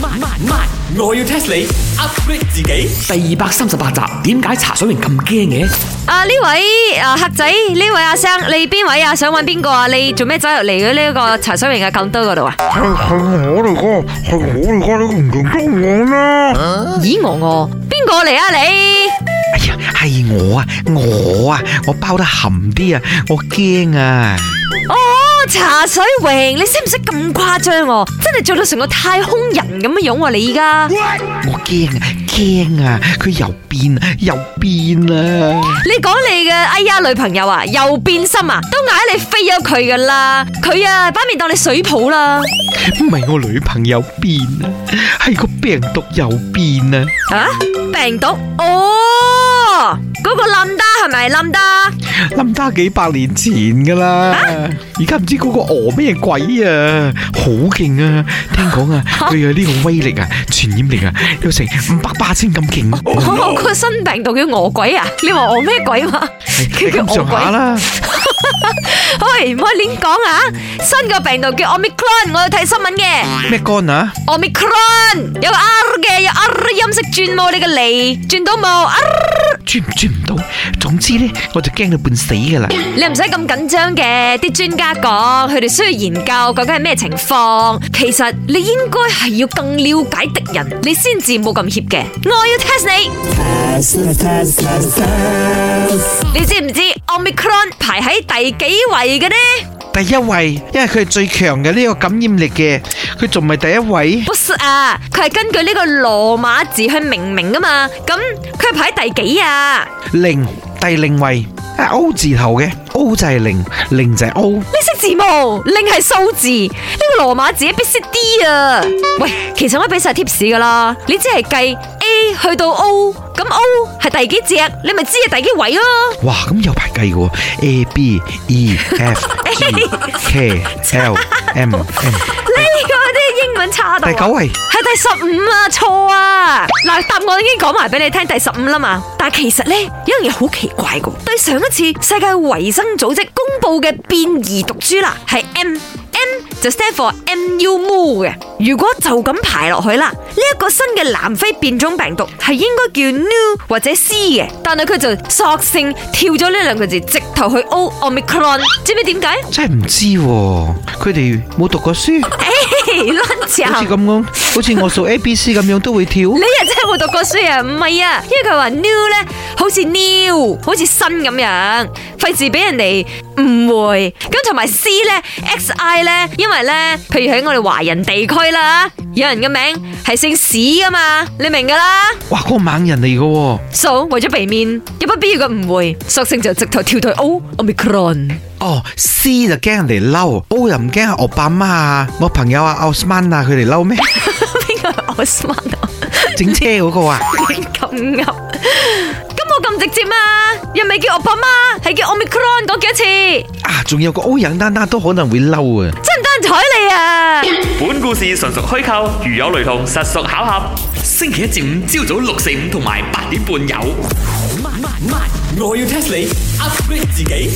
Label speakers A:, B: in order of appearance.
A: 慢慢慢，我要 test 你 upgrade 自己。第二百三十八集，點解茶水榮咁驚嘅？
B: 啊呢位啊客仔，呢位阿生，你邊位啊？想揾邊個啊？你做咩走入嚟嘅呢個茶水榮嘅咁多嗰度啊？
C: 係係我哋個，係我哋個，你唔認得我啦？
B: 咦我我邊個嚟啊你？
D: 哎呀，係我啊，我啊，我包得含啲啊，我驚啊！
B: 哦茶水榮，你識唔識咁誇張哦？真係做到成個太空人咁樣樣喎你而家。
D: 我驚啊，驚啊！佢又變又變啦！
B: 你講你嘅哎呀女朋友啊，又變心啊，都嗌你飛咗佢噶啦，佢啊擺面當你水泡啦，
D: 唔係我女朋友變啊，係個病毒又變啊！
B: 啊病毒哦，嗰、個冧得係咪冧得？
D: 冧家幾百年前噶啦，而家唔知嗰個俄咩鬼啊，好勁啊！聽講啊，佢有呢個威力啊，傳染力啊，有成五百八千咁勁，
B: 哦，嗰個新病毒叫餓鬼啊，你話餓咩鬼嘛？佢
D: 係
B: 叫
D: 咁
B: 餓
D: 上下
B: 鬼，
D: 啦。
B: 喂唔可以亂講啊！新個病毒叫 Omicron，我有睇新聞嘅
D: 咩肝啊？
B: Omicron 有個 R 嘅，有 R 音色轉冇你嘅脷，轉到冇 R
D: 轉唔轉唔到，總之咧我就驚到半死噶啦。
B: 你唔使咁緊張嘅，啲專家講佢哋需要研究究竟係咩情況。其實你應該係要更了解敵人，你先至冇咁怯嘅。我要 test 你，你知唔知 Omicron 排喺第幾位嘅呢？
D: 第一位，因為佢係最強嘅呢個感染力嘅，佢仲唔係第一位？
B: 不是啊，佢係根據呢個羅馬字去命名噶嘛。咁佢係排喺第幾啊？
D: 零，第零位，啊 O 字頭嘅，O 就係零，零就係 O。
B: 你識字冇？零係數字，呢、個羅馬字必識 D 啊！喂，其實我都俾晒 tips 噶啦，你只係計 A 去到 O，咁 O 係第幾隻，你咪知係第幾位咯。
D: 哇，咁有排計嘅喎，A B E F G K L M N，
B: 呢個啲英文差到啊
D: 第九位，
B: 係第十五啊，錯啊！嗱，答案已經講埋俾你聽，第十五啦嘛。但係其實呢，有樣嘢好奇怪嘅，對上一次世界衛生組織公布嘅變異毒株啦，係 M。M 就 stand for MU มู嘅，如果就咁排落去啦，呢、一個新嘅南非變種病毒係應該叫 New 或者 C 嘅，但係佢就索性跳咗呢兩個字，直頭去 O Omicron，知唔知點解？
D: 真係唔知喎，佢哋冇讀過書，
B: 嘿亂
D: 好
B: 講
D: 似咁樣，好似我數 A B C 咁樣都會跳
B: 你。又真係冇讀過書啊？唔係啊，因為佢話 new 咧，好似 new，好似新咁樣，費事俾人哋誤會。咁同埋 C 咧，XI 咧，因為咧，譬如喺我哋華人地區啦，有人嘅名係姓史噶嘛，你明噶啦。
D: 哇，嗰個猛人嚟嘅喎。
B: So 為咗避免有不必要嘅誤會，索性就直頭跳到 O Omicron。
D: 哦，C 就驚人哋嬲，O 又唔驚阿奧巴馬啊，我朋友啊奧斯曼啊，佢哋嬲咩？
B: 邊個係 Osman 啊？
D: 整車嗰個啊，
B: 亂咁噏，咁我咁直接嘛？又咪叫 Obama，係叫 Omicron 講幾多次？
D: 啊，仲有個 O 人丹丹都可能會嬲啊。
B: 真唔得人睬你啊！
A: 本故事純屬虛構，如有雷同，實屬巧合。星期一至五朝早六四五同埋八點半有。慢慢慢，我要 test 你 upgrade 自己。